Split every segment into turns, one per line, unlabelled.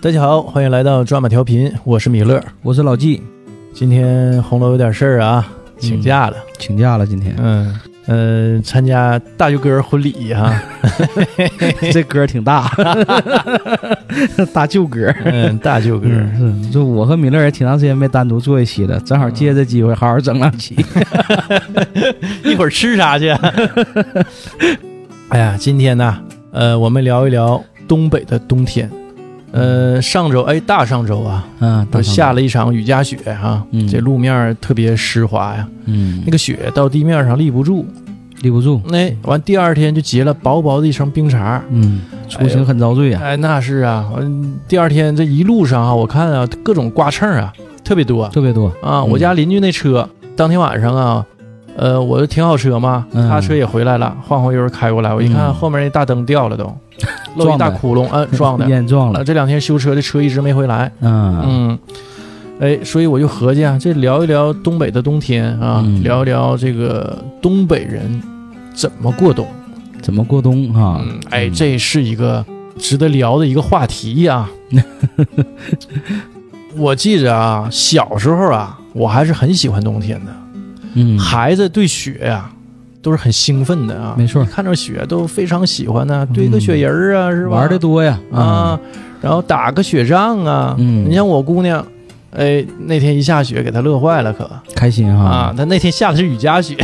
大家好，欢迎来到抓马调频，我是米勒。
我是老纪，
今天红楼有点事儿啊，请假了。
请假了，今天
嗯呃，参加大舅哥婚礼啊哈、
这歌挺 大，大舅歌。
嗯，大舅哥，
嗯，是，就嗯我和米勒也挺长时间没单独做一期了，正好借这机会好好整两期。
一会儿吃啥去？ 哎呀，今天呢，呃，我们聊一聊东北的冬天。呃，上周哎，大上周啊，
嗯，大嫂
下，了一场雨夹雪哈、
嗯
这路面儿特别湿滑呀，
嗯，
那个雪到地面上立不住，
立不住，
那、完第二天就结了薄薄的一层冰碴儿。
嗯，出行很遭罪啊。
哎，那是啊，嗯，第二天这一路上啊，我看啊，各种刮蹭啊，特别多
特别多，
啊。
嗯
我家邻居那车，当天晚上啊，呃，我就停好车嘛，
嗯
他车也回来了，晃晃悠悠开过来，我一看
嗯
后面那大灯掉了 都，露一
撞
大
的
窟窿，嗯，撞 的。
烟撞
啊，
了，
这两天修车的车一直没回来，
嗯
嗯，哎，所以我就合计啊，这聊一聊东北的冬天啊，
嗯
聊一聊这个东北人怎么过冬。
怎么过冬哈？
嗯，哎，这是一个值得聊的一个话题呀、 我记着啊，小时候啊，我还是很喜欢冬天的。
嗯，
孩子对雪呀、都是很兴奋的啊，
没错，
看着雪都非常喜欢呢、堆个雪人儿啊，是吧？
玩的多呀，
啊，然后打个雪仗啊。
嗯
你像我姑娘，哎，那天一下雪给她乐坏了可，
嗯开心
啊
哈，，
她那天下的是雨夹雪。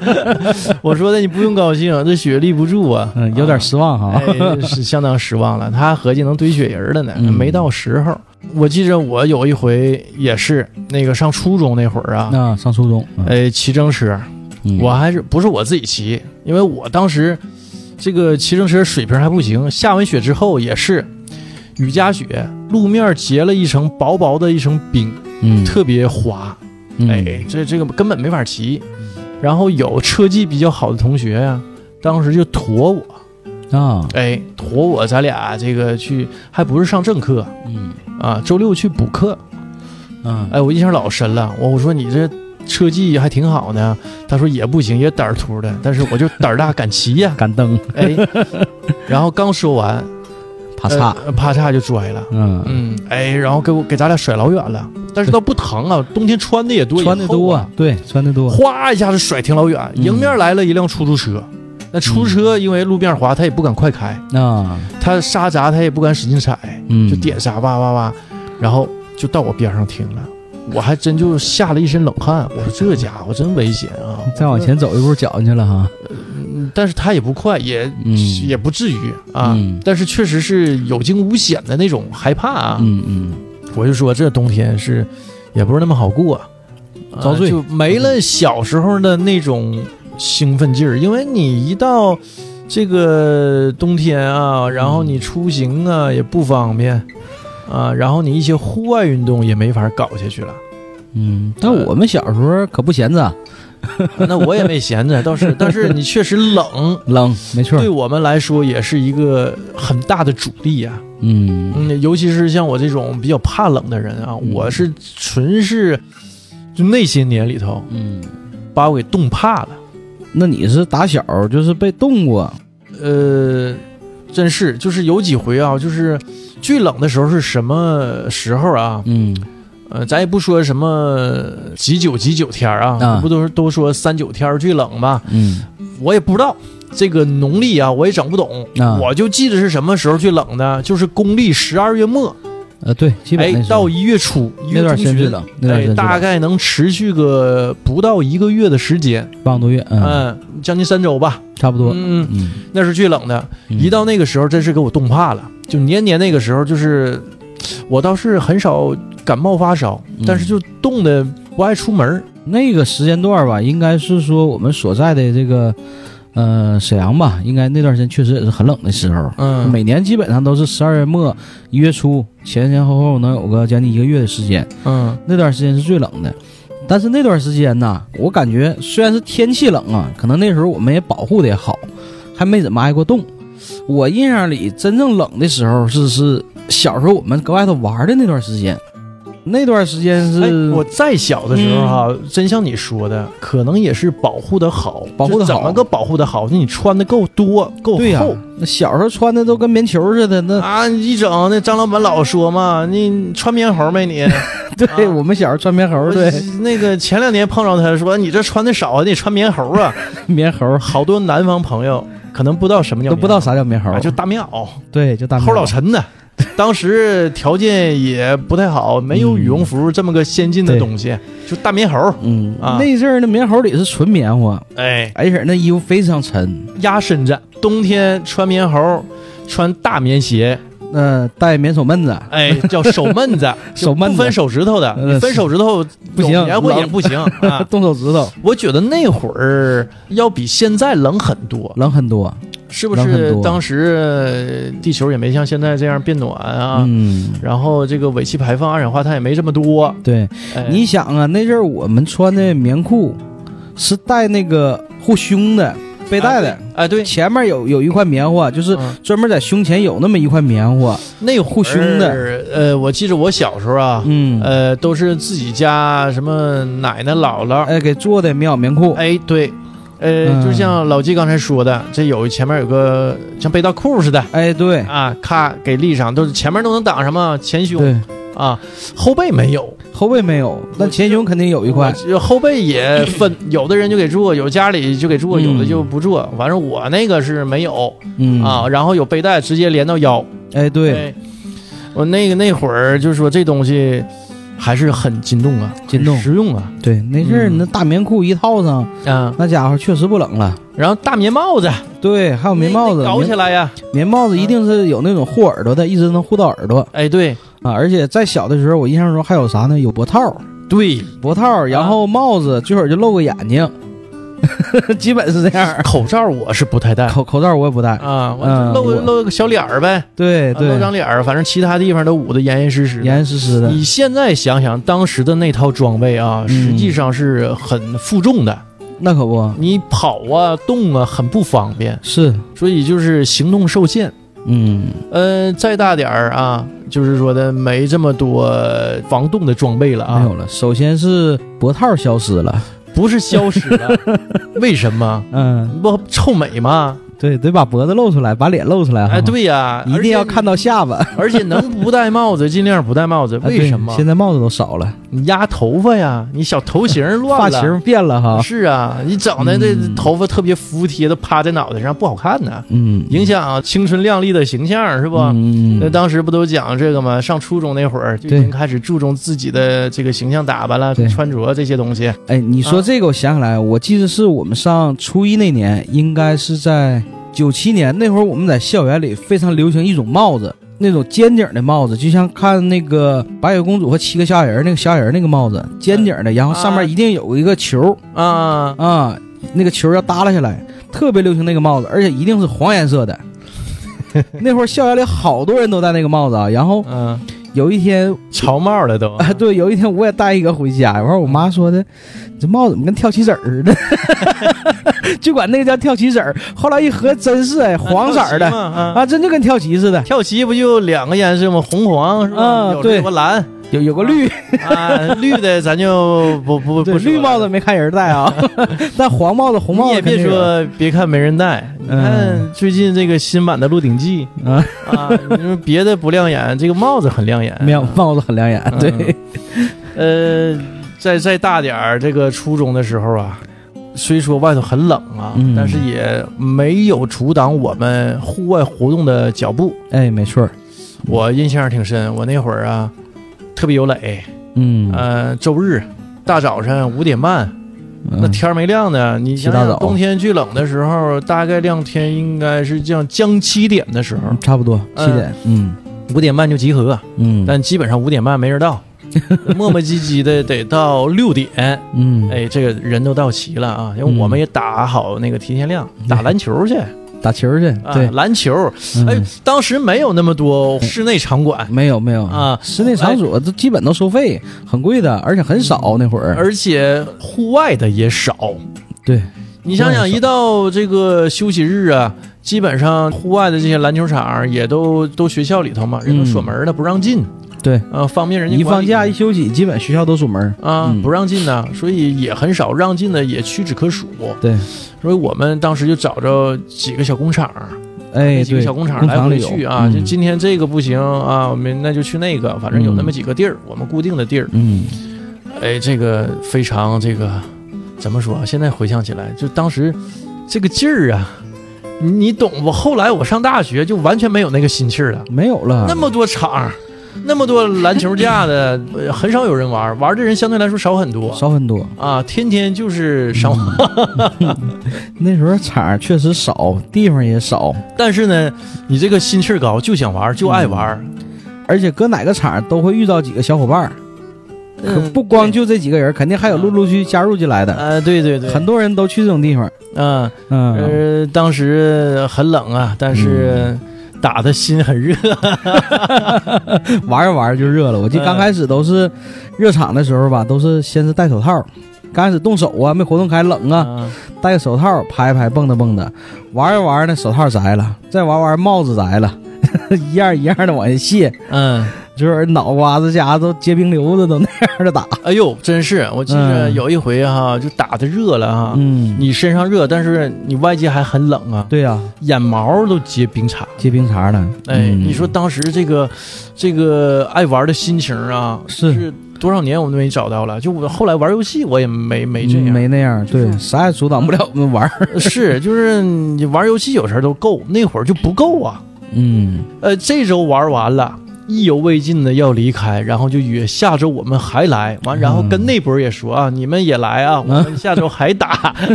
我说的你不用高兴，这雪立不住啊。
嗯，有点
啊
失望哈。
哎，是相当失望了。他合计能堆雪人了呢，
嗯
没到时候。我记着我有一回也是那个上初中那会儿啊，
那上初中，嗯
哎，骑自行车，
嗯
我还是不是我自己骑，因为我当时这个骑自行车水平还不行，下完雪之后也是雨夹雪，路面结了一层薄薄的一层冰，
嗯
特别滑，
嗯
哎，这这个根本没法骑。然后有车技比较好的同学呀、当时就驮我。
啊，
哎，驮我咱俩这个去，还不是上正课
嗯
啊，周六去补课。
嗯
哎，我印象老深了，我我说你这车技还挺好呢，他说也不行，也胆儿突的，但是我就胆儿大 敢骑呀、
敢蹬，
哎，然后刚说完，
怕差，
呃啪嚓就摔了。
嗯，
嗯，哎，然后给我给咱俩甩老远了，但是倒不疼啊，冬天穿的也多，
穿的
也厚
多
啊，，
对，穿的多，
哗一下子甩挺老远，
嗯
迎面来了一辆出租车，那出租车因为路面滑，他也不敢快开，
啊，
他刹闸他也不敢使劲踩，
嗯，
就点刹叭叭叭，然后就到我边上停了，我还真就吓了一身冷汗。我说这家伙真危险啊！
再往前走一步绞进去了哈，
嗯，但是他也不快，也、
嗯
也不至于啊。
嗯
但是确实是有惊无险的那种害怕啊！
嗯嗯，
我就说这冬天是也不是那么好过，啊
遭罪
就没了小时候的那种兴奋劲儿，因为你一到这个冬天啊，然后你出行啊也不方便啊，然后你一些户外运动也没法搞下去 了。
嗯，但
呃
我们小时候可不闲着，
啊那我也没闲着，倒 是，但是你确实冷。
冷，没错
对，我们来说也是一个很大的阻力呀、
嗯
嗯，尤其是像我这种比较怕冷的人啊，
嗯
我是纯是就那些年里头
嗯，
把我给冻怕了。
那你是打小就是被冻过，
呃，真是就是有几回啊，就是最冷的时候是什么时候啊？
嗯
呃，咱也不说什么几九几九天儿啊，
啊
不都是都说三九天儿最冷吗？
嗯
我也不知道这个农历啊，我也整不懂。
啊
我就记得是什么时候最冷呢？就是公历十二月末，
呃，对，基
哎
本那，时
到
候
一月初，一
那
月
段
中
时间最
旬。
冷，那段时
哎，
间最
大
冷
概能持续个不到一个月的时间，
半个多月，嗯，
嗯，将近三周吧，
差不多，
嗯，
嗯，
那是最冷的。
嗯
一到那个时候，真是给我冻怕了。就年年那个时候，就是我倒是很少感冒发烧，
嗯
但是就冻得不爱出门儿。
那个时间段吧，应该是说我们所在的这个。呃，沈阳吧，应该那段时间确实也是很冷的时候，
嗯，
每年基本上都是十二月末一月初前前后后能有个将近一个月的时间，
嗯
那段时间是最冷的。但是那段时间呢，我感觉虽然是天气冷啊，可能那时候我们也保护的也好，还没怎么挨过冻。我印象里真正冷的时候是是小时候我们搁外头玩的那段时间，那段时间
哎，
是
我再小的时候哈、真像你说的，可能也是保护的好，
嗯保护得
就怎
好
么个保护的好？就你穿的够多，够
对呀、
厚
那小时候穿的都跟棉球似的，那、
啊！你一整那张老板老说嘛，你你穿棉猴没你？
对、我们小时候穿棉猴， 对
那个前两年碰着他说你这穿的少啊，你得穿棉猴啊。
棉猴
好多南方朋友可能不知道什么叫
都不知道啥叫棉猴，
啊，就大棉袄，
对，就大棉
齁老
袄
沉的。 当时条件也不太好，没有羽绒服这么个先进的
对
东西，就大棉猴。
嗯，
啊
那阵儿那棉猴里是纯棉花，
哎，
而且那衣服非常沉，
压身子，冬天穿棉猴，穿大棉鞋，
那、戴棉手闷子，
哎，叫手闷 子，
手闷
不
子
分手指头的，
嗯
你分手指头
不行
有棉花也
冷
不行啊。
动手指头
我觉得那会儿要比现在冷很多，
冷很多
是不
冷很
是？
多
当时呃地球也没像现在这样变暖啊，
嗯，
然后这个尾气排放、二氧化碳也没这么多。
对，
哎、
你想啊，那阵儿我们穿的棉裤是带那个护胸的背带的，
哎对，
前面有有一块棉花，就是
嗯
专门在胸前有那么一块棉花，
那
护胸的，
呃，我记着我小时候啊，
嗯，
呃，都是自己家什么奶奶、姥姥，
哎，给做的棉袄棉裤，
哎，对，呃，
嗯
就像老纪刚才说的，这有前面有个像背带裤似的
哎，对
啊，咔给立上，都是前面都能挡上嘛，前胸
对，
啊，后背没有
后背没有，但前胸肯定有一块，
我后背也 分，有的人就给做，有家里就给做，有的
嗯
就不做，反正我那个是没有
嗯
啊，，然后有背带直接连到腰，
哎，对，
哎，我那个那会儿就说这东西还是很筋动啊，
筋动
很实用啊，
对，那阵儿
嗯
那大棉裤一套上，
啊，
那家伙确实不冷了。
然后大棉帽子，啊哎
对，还有棉帽子
那，搞起
棉
来嗯呀，
棉帽子一定是有那种护耳朵的，一直能护到耳朵
哎，对
啊。而且在小的时候，我印象中还有啥呢？有脖套，
对，
脖套，然
啊
后帽子，最后就露个眼睛， 基本是这样。
口罩我是不太戴。
口口罩我也不戴，
啊，我
嗯
露
我
露个小脸儿呗，
对
啊露
对，
张脸儿，反正其他地方都捂得严严实实的。
严严实实的。
你现在想想，当时的那套装备啊，
嗯
实际上是很负重的，
那可不
你跑啊、动啊很不方便，
是，
所以就是行动受限。
嗯，
呃，再大点儿啊，就是说的没这么多防冻的装备了
没
啊
有，了。首先是脖套消失了，
不是消失 了，为什么？
嗯，
不臭美吗？
对，得把脖子露出来，把脸露出来。
哎，
哈，
对呀、
啊一定要看到下巴。
而且，而且能不戴帽子尽量不戴帽子，
啊
为
对
什么？
现在帽子都少了，
你压头发呀，你小头型乱
发
了，
型变了哈。
是啊，你整的这
嗯
头发特别服帖的趴在脑袋上，不好看呢，
嗯，
影响青春靓丽的形象，是不？
嗯，
那当时不都讲这个吗？上初中那会儿就已
对
经开始注重自己的这个形象打扮了，
对
穿着这些东西。
哎，你
啊
说这个，我想起来，我记得是我们上初一那年，应该是在九七年那会儿，我们在校园里非常流行一种帽子，那种尖顶的帽子，就像看那个《白雪公主和七个小矮人》那个小矮人那个帽子，尖顶的，然后上
啊
面一定有一个球
啊，
啊，那个球要耷拉下来，特别流行那个帽子，而且一定是黄颜色的。 那会儿校园里好多人都戴那个帽子啊，然后
嗯，
有一天
潮帽了都。
啊，对，有一天我也带一个回家，完后我妈说的，你这帽子怎么跟跳棋子儿似的？ 就管那个叫跳棋子儿。后来一合，真是哎，黄色
啊跳棋
儿的
嘛啊，
啊，真就跟跳棋似的，
跳棋不就两个颜色吗？红黄是吧？
啊
有
对
这个 蓝
有有个绿，
啊，绿的咱就不不
对
不说
绿
了
帽子没看人 戴啊，但黄帽子、红帽
你
子
也别
肯定有
说，别看没人戴，你看
嗯
最近这个新版的《鹿鼎记
啊，》
啊，你说别的不亮眼，这个帽子很亮眼。
没有帽子很亮眼，
嗯
对，
呃，再再大点儿，这个初中的时候啊，虽说外头很冷啊，
嗯
但是也没有阻挡我们户外活动的脚步。
哎，没错儿，
我印象挺深，我那会儿啊，特别有累。
嗯，
呃，周日大早晨五点半，
嗯
那天儿没亮呢。你想
起大
想
早，
冬天最冷的时候，大概亮天应该是这样，将七点的时候
嗯，差不多七
嗯
点，嗯
五点半就集合，
嗯，
但基本上五点半没人 到，磨磨唧唧的得到六点，
嗯，
哎，这个人都到齐了啊。因为
嗯
我们也打好那个提前量，打篮球去
打球去，
啊
对，，
篮球。
嗯
哎，当时没有那么多室内场馆。
没有没有
啊
室内场所都基本都收费，很贵的，而且很少那会儿。
而且户外的也少，
对，
你想
户外
想，
也少
一到这个休息日啊，基本上户外的这些篮球场也都都学校里头嘛，人都
嗯
锁门了，不让进。
对，
呃，方便人家
一
管
放
理
假一休息，基本学校都锁门儿。
啊
嗯
不让进呢，所以也很少让进的，也屈指可数。
对，
所以我们当时就找着几个小工厂，
哎，
那几个
对，
小工厂
工
来
厂
回
里有
去啊，
嗯
就今天这个不行啊，我们那就去那个，反正有那么几个地儿，我们固定的地儿。
嗯，
哎，这个非常这个怎么说啊？现在回想起来，就当时这个劲儿啊，你你懂不？后来我上大学就完全没有那个心气儿了。
没有了。
那么多场儿，那么多篮球架的，呃很少有人玩儿，玩儿的人相对来说少很多
少嗯很多，
啊。天天就是上网，
那时候场儿确实少，地方也少，
但是呢，你这个心气儿高，就想玩儿，就爱玩儿，
而且搁哪个场儿都会遇到几个小伙伴儿，可
嗯
不光就这几个人，肯定还有陆陆续续加入进来的，
啊，对对对，
很多人都去这种地方。
嗯
嗯，
呃，当时很冷啊，但是打的心很热，
玩着玩着就热了。我记得
嗯
刚开始都是热场的时候吧，都是先是戴手套，刚开始动手啊，没活动开，冷啊，
啊
戴个手套拍一拍，蹦跶蹦跶，玩着玩着手套摘了，再玩玩帽子摘了， 一样一样的往下卸，
嗯，
就是脑瓜子家都结冰瘤子都那样的打。
哎呦，真是，我记得
嗯
有一回哈、就打的热了哈、
嗯，
你身上热，但是你外界还很冷啊，
对呀、
眼毛都结冰碴。
结冰碴了。
哎，
嗯
你说当时这个这个爱玩的心情啊，
是
是多少年我们都没找到了。就我后来玩游戏，我也没没这
嗯
样，
没那样，
就是
对，啥也阻挡不了我们玩儿。
是就是你玩游戏有时候都够，那会儿就不够啊。
嗯，
呃，这周玩完了。意犹未尽的要离开，然后就约下周我们还来，完然后跟那波也说
嗯
啊，你们也来 啊，我们下周还打。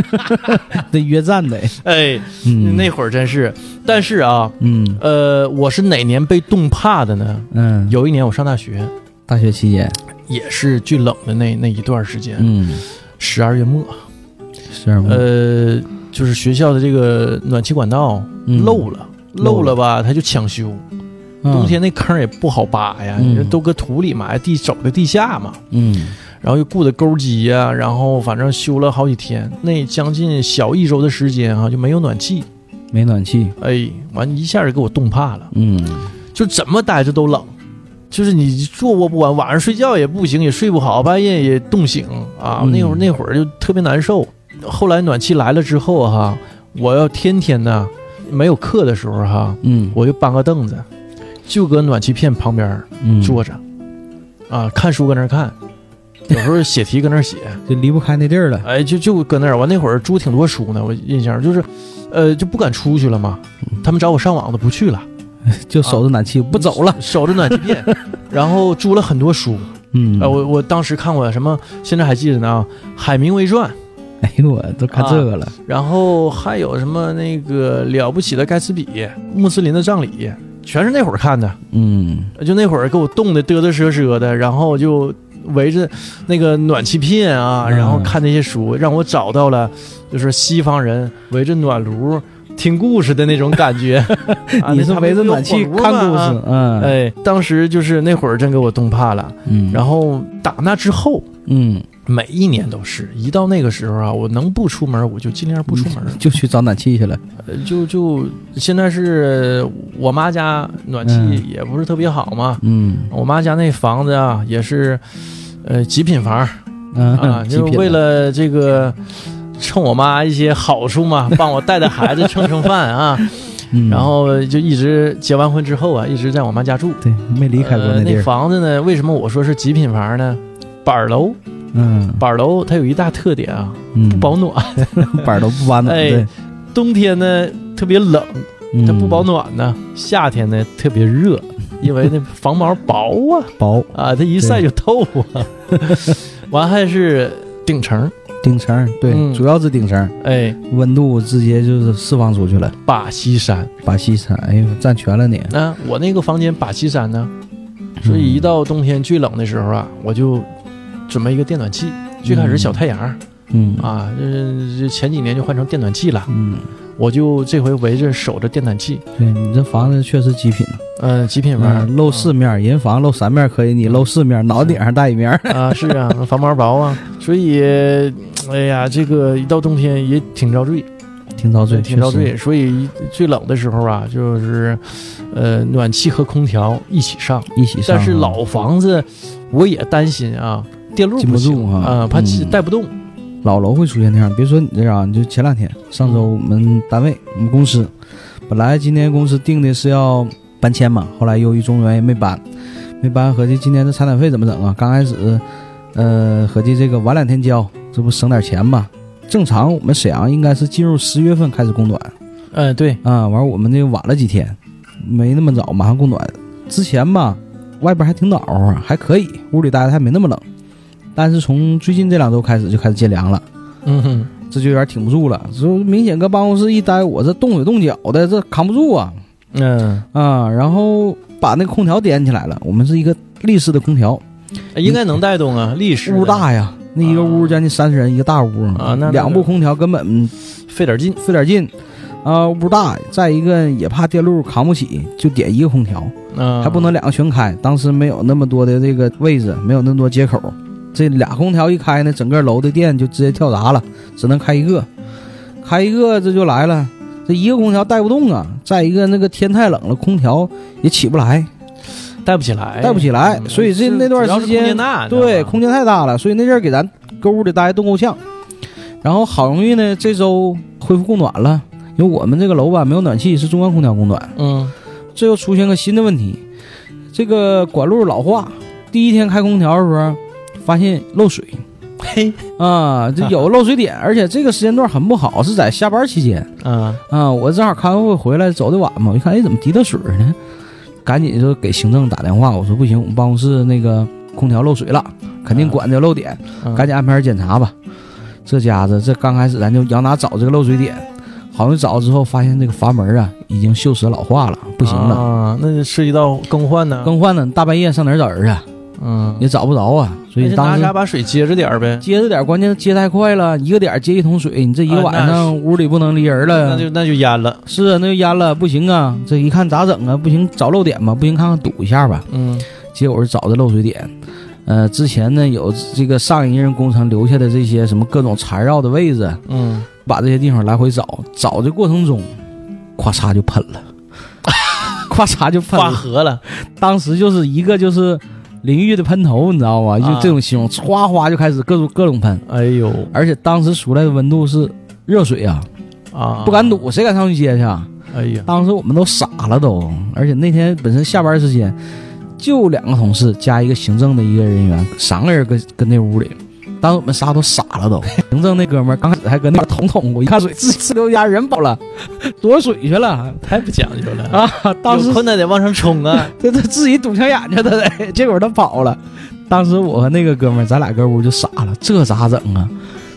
嗯得约战得。
哎，
嗯，
那会儿真是，但是啊，
嗯
呃，我是哪年被冻怕的呢？
嗯，
有一年我上大学，
大学期间，
也是最冷的那那一段时间，
嗯，啊
十二月末，
十二门
呃，就是学校的这个暖气管道
嗯
漏了。漏了吧，它就抢修。
啊
冬，天那坑也不好扒呀，
嗯
人都搁土里埋，地走的地下嘛。
嗯
然后又雇的钩机呀、然后反正修了好几天，那将近小一周的时间啊，就没有暖气。
嗯，没暖气，
哎，完一下就给我冻怕了，
嗯
就怎么待着都冷，就是你坐卧不安，晚上睡觉也不行，也睡不好，半夜也冻醒啊。
嗯
那会儿那会儿就特别难受。后来暖气来了之后哈、我要天天呢没有课的时候哈、
嗯，
我就搬个凳子，就搁暖气片旁边儿
嗯
坐着，啊，看书搁那儿看，有时候写题搁那儿写，
就离不开那地儿了。
哎，就就搁那儿。完那会儿租挺多书呢，我印象就是，呃，就不敢出去了嘛。他们找我上网的不去了，
就
啊
守着暖气嗯不走了。
守着暖气 片，然后租了很多书。
嗯
啊，我我当时看过什么，现在还记得呢啊，《海明威传》，
哎呦我都看这个了。
然后还有什么那个《了不起的盖茨比》《穆斯林的葬礼》，全是那会儿看的。
嗯
呃就那会儿给我冻得嘚嘚瑟瑟的，然后就围着那个暖气片啊，
嗯
然后看那些书，让我找到了就是西方人围着暖炉听故事的那种感 觉。啊
你是
那他们
围着
有
暖气
火炉
看
嘛
故
啊
事，嗯
哎，当时就是那会儿真给我冻怕了。
嗯，
然后打那之后，
嗯，
每一年都是一到那个时候啊，我能不出门我就尽量不出门，
就去找暖气去了。
呃就就现在是我妈家暖气
嗯
也不是特别好嘛，
嗯
我妈家那房子啊，也是，呃，极品 房啊，
啊
就是为了这个冲我妈一些好处嘛，帮我带带孩 子蹭蹭饭啊。
嗯
然后就一直结完婚之后啊，一直在我妈家住。
对没离开过
呃
那地
那
儿。
房子呢，为什么我说是极品房呢？板儿楼，
嗯
板儿楼它有一大特点啊，
嗯，
不保暖。
板儿都不搬暖，
哎
对，嗯
冬天呢特别冷，它不保暖呢；夏天呢特别热，因为那房毛薄啊。
嗯，薄
啊，它一晒就透啊。完还是顶层，
顶层儿，
嗯
对，主要是顶层儿，
哎，
温度直接就是释放出去了，
巴西山
把西餐，哎呦，占全了你。
啊，我那个房间巴西山呢，所以一到冬天最冷的时候啊，我就准备一个电暖器。最开始小太阳
嗯
啊，嗯，这前几年就换成电暖器了，
嗯，
我就这回围着守着电暖器，
对你这房子确实极品，
嗯，极品
啊
房，
露四面，人房露三面可以，你露四面，脑顶上带一面儿。
啊，是啊，防毛薄啊，所以，哎呀，这个一到冬天也挺遭罪，
挺遭罪，
挺遭
确实。
罪。所以最冷的时候啊，就是呃，暖气和空调一起上。
一起上啊，
但是老房子，我也担心啊，电路
禁不
行
住
啊
啊，
怕气
嗯
带不动。
老楼会出现这样，别说你这样，你就前两天，上周我们单位，我们公司，本来今天公司定的是要搬迁嘛，后来由于中原也没搬，没搬，合计今年这采暖费怎么整啊？刚开始，呃，合计这个晚两天交，这不省点钱嘛？正常我们沈阳应该是进入十月份开始供暖
嗯、对，
啊，完我们这晚了几天，没那么早，马上供暖。之前吧，外边还挺暖和，还可以，屋里待着还没那么冷，但是从最近这两周开始就开始见凉了。
嗯哼，
这就有点挺不住了。就明显搁办公室一待，我这冻手冻脚的，这扛不住啊
嗯、
啊！然后把那个空调点起来了，我们是一个立式的空调，
应该能带动啊，历史
嗯屋大呀，那一个屋将近三十人，一个大屋
啊那
两部空调根本
费点劲。
费点劲。啊，屋大，再一个也怕电路扛不起，就点一个空调，
嗯、
还不能两个全开。当时没有那么多的这个位置，没有那么多接口，这俩空调一开呢，整个楼的电就直接跳闸了，只能开一个，开一个这就来了，这一个空调带不动啊。再一个那个天太冷了，空调也起不来，
带不起来，
带不起来
嗯
所以这
是
那段
主要是
时间
空间大，
对，空间太大了，所以那阵儿给咱搁屋里待冻够呛。然后好容易呢，这周恢复供暖了，因为我们这个楼吧没有暖气，是中央空调供暖。
嗯
这又出现个新的问题，这个管路老化。第一天开空调的时候，发现漏水
嘿
啊，这 有漏水点，而且这个时间段很不好，是在下班期间
啊
啊。我正好开完会回来，走的晚嘛，我一看，哎，怎么滴到水呢？赶紧就给行政打电话，我说不行，我们办公室那个空调漏水了，肯定管子有漏点，
嗯
赶紧安排人检查吧。这家子这刚开始咱就摇哪找这个漏水点，好容易找到之后，发现这个阀门啊已经锈蚀老化了，不行了。
啊，那就涉及到更换呢。
更换呢，大半夜上哪儿找人啊？
啊嗯，
也找不着啊。所
那
以
就拿
当
啥
时
把水接着点儿呗，
接着点儿，关键接太快了，一个点儿接一桶水，你这一个
啊
晚
那
上屋里不能离人
那
了。
就那就淹了。
是啊，那就淹了，不行啊！这一看咋整啊？不行，找漏点吧，不行看看堵一下吧。
嗯
结果是找的漏水点。呃，之前呢有这个上一任工程留下的这些什么各种缠绕的位置，
嗯，
把这些地方来回找，找的过程中，咵嚓就喷 了，咵嚓就喷
挂
了，
河了。
当时就是一个就是淋浴的喷头，你知道吗？就
啊
这种形容，唰哗就开始各种各种喷，
哎呦
而且当时出来的温度是热水啊，
啊，
不敢。堵，谁敢上去接去？啊？
哎呀，
当时我们都傻了都，而且那天本身下班时间就两个同事加一个行政的一个人员，三个人跟跟那屋里。当时我们仨都傻了都，行政那哥们儿刚开始还跟那边捅捅过，一看水自自流家人跑了，躲水去了
太不讲究了。
啊！当时
有困难得往上冲啊！
他他自己堵枪眼睛，他得， 结果他跑了。当时我和那个哥们儿，咱俩搁屋就傻了，这咋整啊？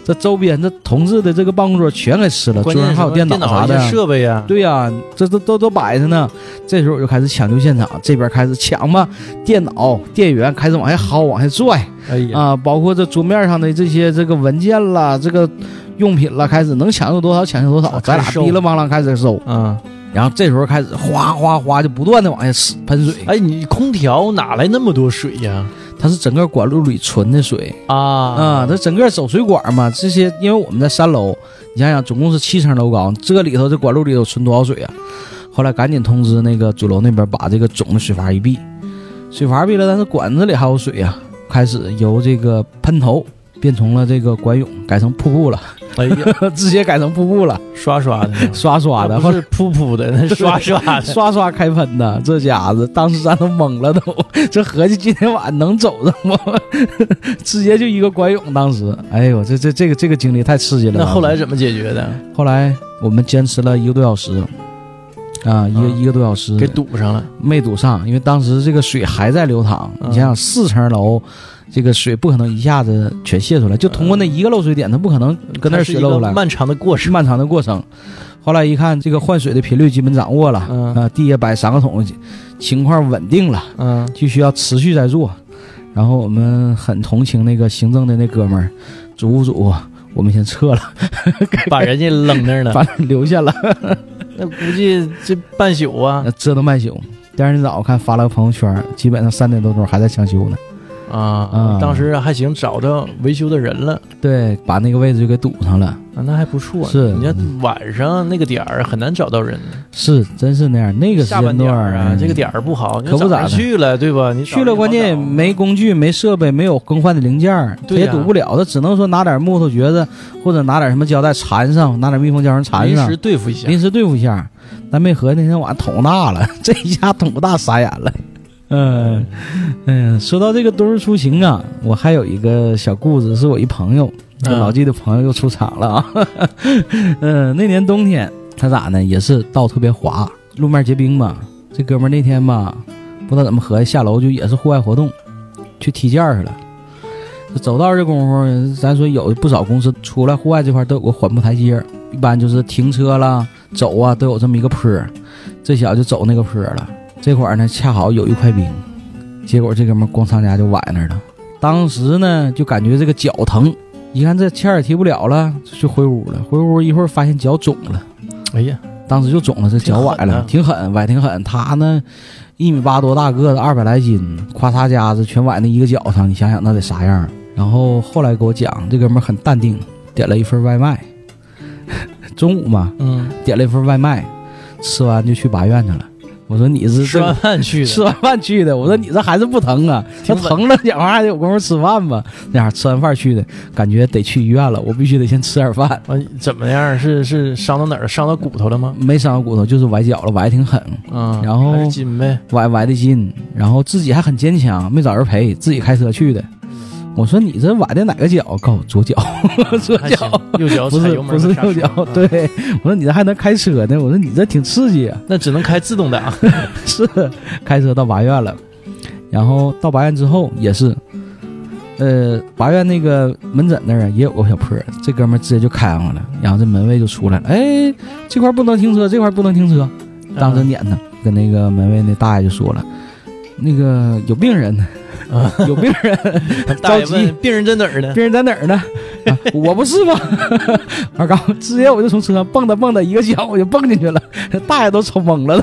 这周边这同事的这个办公桌全给吃了，桌
关键
上
是
还有
电
脑啥
一些
的。
设备呀。
对呀、这都都都摆着呢。这时候我就开始抢救现场，这边开始抢吧，电脑、电源开始往下薅、往下拽
哎呀，
啊，包括这桌面上的这些这个文件啦、这个用品啦，开始能抢救多少抢救多少，
啊
咱俩
开始收
逼了汪啷开始收。
啊，
然后这时候开始哗哗哗就不断的往下呲喷水。
哎，你空调哪来那么多水呀？
它是整个管路里存的水啊、
啊
它整个走水管嘛，这些因为我们在三楼，你想想，总共是七层楼高，这里头这管路里头存多少水啊？后来赶紧通知那个主楼那边，把这个总的水阀一闭，水阀闭了，但是管子里还有水啊，开始由这个喷头变成了这个管涌，改成瀑布了，
哎呀，
直接改成瀑布了，
刷 刷的，
刷刷的，
那啊不
后 来
是噗噗的，那刷刷的。
刷刷开喷的，这家子当时咱都懵了都， 这合计今天晚上能走上吗？ 直接就一个管涌，当时，哎呦，这这这个这个经历太刺激了。
那后来怎么解决的？
后来我们坚持了一个多小时，啊，一个、
嗯
一个多小时
给堵上了。
没堵上，因为当时这个水还在流淌，
嗯
你想想四层楼。这个水不可能一下子全泄出来，就通过那一个漏水点，它不可能跟那
它
儿
是
水
一
漏
个
出来。
漫长的过
是
程。
漫长的过程。后来一看，这个换水的频率基本掌握了，
嗯
啊，地下摆三个桶，情况稳定了，
嗯，
就需要持续在做。然后我们很同情那个行政的那哥们儿，主不主？我们先撤 了，
把人家冷那儿了，
反正留下了，
那估计这半宿啊。
折腾半宿。第二天早上看发了个朋友圈，基本上三点多钟还在抢修呢。
啊
啊，
当时还行，找着维修的人了，
对，把那个位置就给堵上了。
啊，那还不错呢。
是嗯
你要晚上那个点儿很难找到人，
是，真是那样。那个时
下半
间
点
段
儿啊，
嗯
这个点儿不好，你
可不
早
咋
上
的
去了，对吧？你
去了，关键没工具、没设备、没有更换的零件儿，
对
也
呀
堵不了。他只能说拿点木头橛子，或者拿点什么胶带缠上，拿点密封胶绳缠
临
上
时，对付一下
临。时对付一下。但没合计那天晚上捅大了， 这一下捅不大傻眼 了。嗯，嗯，说到这个都市出行啊，我还有一个小故事，是我一朋友，
嗯
老纪的朋友又出场了啊。 嗯，那年冬天他咋呢？也是道特别滑，路面结冰嘛。这哥们儿那天吧，不知道怎么合计，下楼就也是户外活动，去踢毽儿去了。这走道这功夫，咱说有不少公司出来户外这块都有个缓步台阶儿，一般就是停车啦、走啊都有这么一个坡儿。这小子就走那个坡儿了。这会儿呢，恰好有一块冰，结果这哥们儿咣当家就崴那儿了。当时呢，就感觉这个脚疼，一看这欠儿也踢不了了，就回屋了。回屋一会儿发现脚肿了，
哎呀，
当时就肿了，这脚崴了，挺狠，崴挺狠。他呢，一米八多大个子，二百来斤，夸嚓家子全崴那一个脚上，你想想那得啥样儿？然后后来给我讲，这哥们儿很淡定，点了一份外卖， 中午嘛，
嗯，
点了一份外卖，吃完就去八院去了。我说你是
吃
这个
完饭去
吃
的，嗯
完饭去的。我说你这还是不疼啊？他
挺稳
疼了，讲话有功夫吃饭吧？那样吃完饭去的，感觉得去医院了，我必须得先吃点饭。
完啊怎么样？是是伤到哪儿了？伤到骨头了吗？
没伤着骨头，就是崴脚了，崴得挺狠，
啊，
嗯然后
还是筋呗。
崴崴的筋，然后自己还很坚强，没找人陪，自己开车去的。我说你这崴的哪个脚？告诉我左脚， 左
嗯啊还行
脚。，
右脚
不
踩
是
油门
不是
儿刹
右
车
脚，
啊
对，我说你这还能开车呢，我说你这挺刺激啊。
那只能开自动挡。
是开车到八院了，然后到八院之后也是，呃，八院那个门诊那儿啊也有个小坡儿，这哥们儿直接就开上了，然后这门卫就出来了，哎，这块儿不能停车，这块儿不能停车， 当时撵他，跟那个门卫那大爷就说了，那个有病人，
啊，
有病人，
嗯大爷
着急
问病人在哪儿呢？
病人在哪儿呢？啊我不是吧？二刚直接 我就从车上蹦跶蹦跶一个脚我就蹦进去了，大爷都瞅懵了。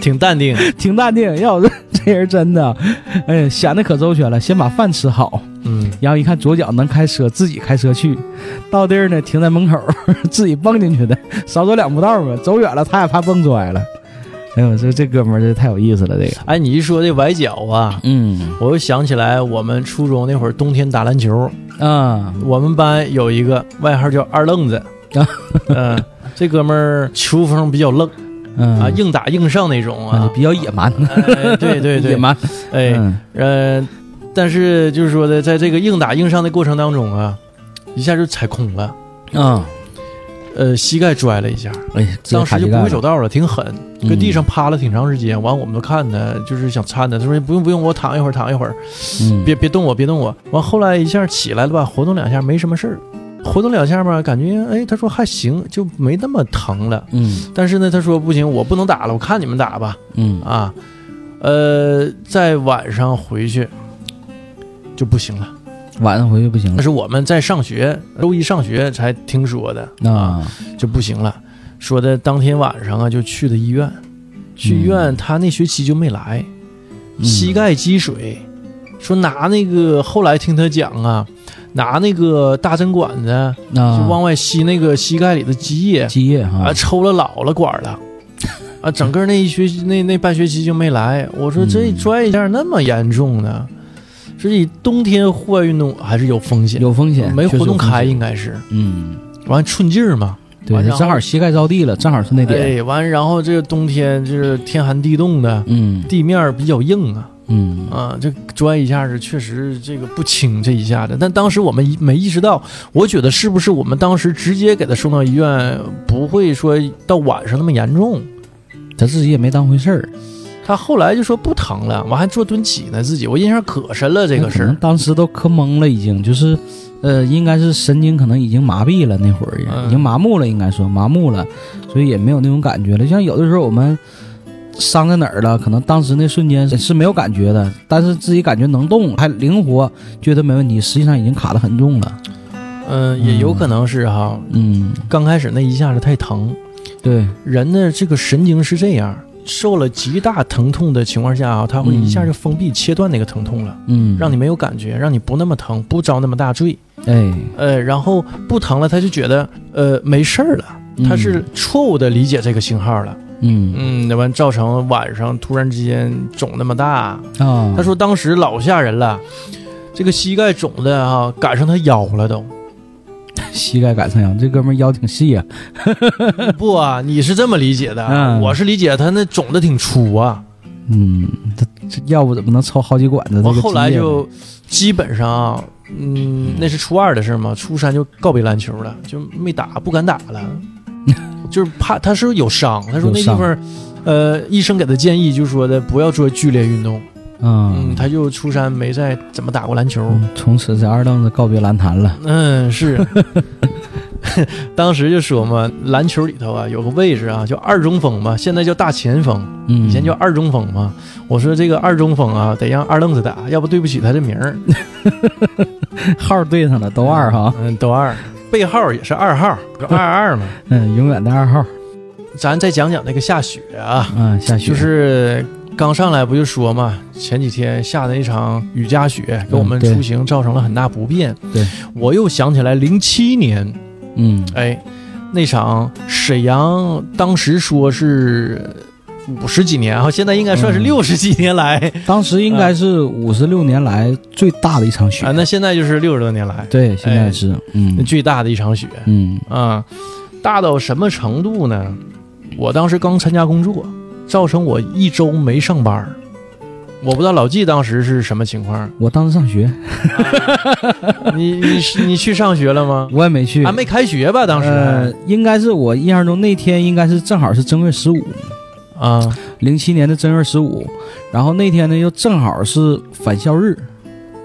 挺淡定，
挺淡定。要我这这人真的，哎呀，想的可周全了，先把饭吃好，
嗯，
然后一看左脚能开车，自己开车去，到地儿呢停在门口，自己蹦进去的，少走两步道嘛，走远了他也怕蹦摔了。哎呦，我说这哥们儿这太有意思了，这个，
哎，你一说这崴脚啊，
嗯
我又想起来我们初中那会儿冬天打篮球，
啊，
我们班有一个外号叫二愣子， 嗯、这哥们儿球风比较愣
嗯
啊，硬打硬上那种啊，
比较野蛮，
哎对对
野
对，
蛮，
哎，
嗯
呃，但是就是说的，在这个硬打硬上的过程当中啊，一下就踩空了，
啊，
呃，膝盖拽了一下，
哎，直接
当
卡
时就
膝
不
盖
会
了嗯
走道了，挺狠，搁地上趴了挺长时间。完，我们都看他，就是想搀他，他说哎不用不用，我躺一会儿，躺一会儿，
嗯，
别别动我，别动我。完后来一下起来了吧，活动两下没什么事儿，活动两下吧，感觉哎，他说还行，就没那么疼了。
嗯
但是呢，他说不行，我不能打了，我看你们打吧
嗯
啊，呃，在晚上回去就不行了。
晚上回去不行啊
那
了
是我们在上学，周一上学才听说的，
啊，
就不行了。说的当天晚上啊，就去的医院，去医院
嗯
他那学期就没来，
嗯
膝盖积水，说拿那个后来听他讲啊，拿那个大针管子就
啊，
往外吸那个膝盖里的积液
积液哈
啊，，抽了老了管了。啊，整个那一学期那那半学期就没来。我说这
嗯
摔一下那么严重呢，所以冬天户外运动还是有风险，
有风险，
没
确
活
实
动
有风
开
险
应该是。
嗯。
完寸劲儿嘛，
对
完，然后
正好膝盖着地了，正好是那点。
哎，完然后这个冬天就是天寒地冻的，
嗯
地面儿比较硬啊，
嗯
啊，这摔一下子确实这个不轻，这一下子。但当时我们一没意识到，我觉得是不是我们当时直接给他送到医院，不会说到晚上那么严重。
他自己也没当回事儿。
他后来就说不疼了，我还做蹲起呢，自己我印象可深了这个事
可能
儿。
当时都磕懵了，已经就是，呃，应该是神经可能已经麻痹了，那会儿也、
嗯
已经麻木了，应该说麻木了，所以也没有那种感觉了。像有的时候我们伤在哪儿了，可能当时那瞬间是是没有感觉的，但是自己感觉能动还灵活，觉得没问题，实际上已经卡得很重了。
嗯，也有可能是哈，
嗯，
刚开始那一下子太疼，
对，
人的这个神经是这样，受了极大疼痛的情况下啊，它会一下就封闭切断那个疼痛了，
嗯，
让你没有感觉，让你不那么疼，不遭那么大罪。
哎，
呃，然后不疼了，他就觉得呃没事儿了，他是错误的理解这个信号了。
嗯
嗯，那完造成晚上突然之间肿那么大，
嗯啊，
他说当时老吓人了，这个膝盖肿的啊，赶上他腰了都。
膝盖赶上扬，这哥们儿腰挺细啊，
不啊，你是这么理解的，
嗯
我是理解他那肿的挺粗啊。
嗯，这这要不怎么能抽好几管子？
我
这个
后来
职业呢
就基本上啊，嗯，那是初二的事儿嘛，初三就告别篮球了，就没打，不敢打 了，就是怕他是有伤。他说那
有
地
伤
方，呃，医生给他建议就说的不要做剧烈运动。嗯，
嗯，
他就初三没再怎么打过篮球。
嗯从此这二愣子告别篮坛了。
嗯，是。 当时就说嘛，篮球里头啊有个位置啊叫二中锋嘛，现在叫大前锋。
嗯，
以前叫二中锋嘛。我说这个二中锋啊，得让二愣子打，要不对不起他的名儿。
号对上了，都二哈，
嗯，都二，背号也是二 号，就二二嘛。
嗯，永远的二号。
咱再讲讲那个下雪啊，
嗯，下雪
就是刚上来不就说嘛，前几天下的一场雨夹雪，给我们
嗯对
出行造成了很大不便。
对，
我又想起来零七年，
嗯
哎，那场沈阳当时说是。五十几年啊，现在应该算是
嗯
六十几年来、
当时应该是五十六年来最大的一场雪
嗯啊，那现哎在就是六十多年来
对，现在是，嗯
最大的一场雪
嗯
啊，大到什么程度呢？我当时刚参加工作，造成我一周没上班儿。我不知道老纪当时是什么情况，
我当时上学，
你你是你去上学了吗？
我也没去。
还没开学啊吧？当时、
呃，应该是我印象中那天应该是正好是正月十五，
啊，
零七年的正月十五，然后那天呢又正好是返校日，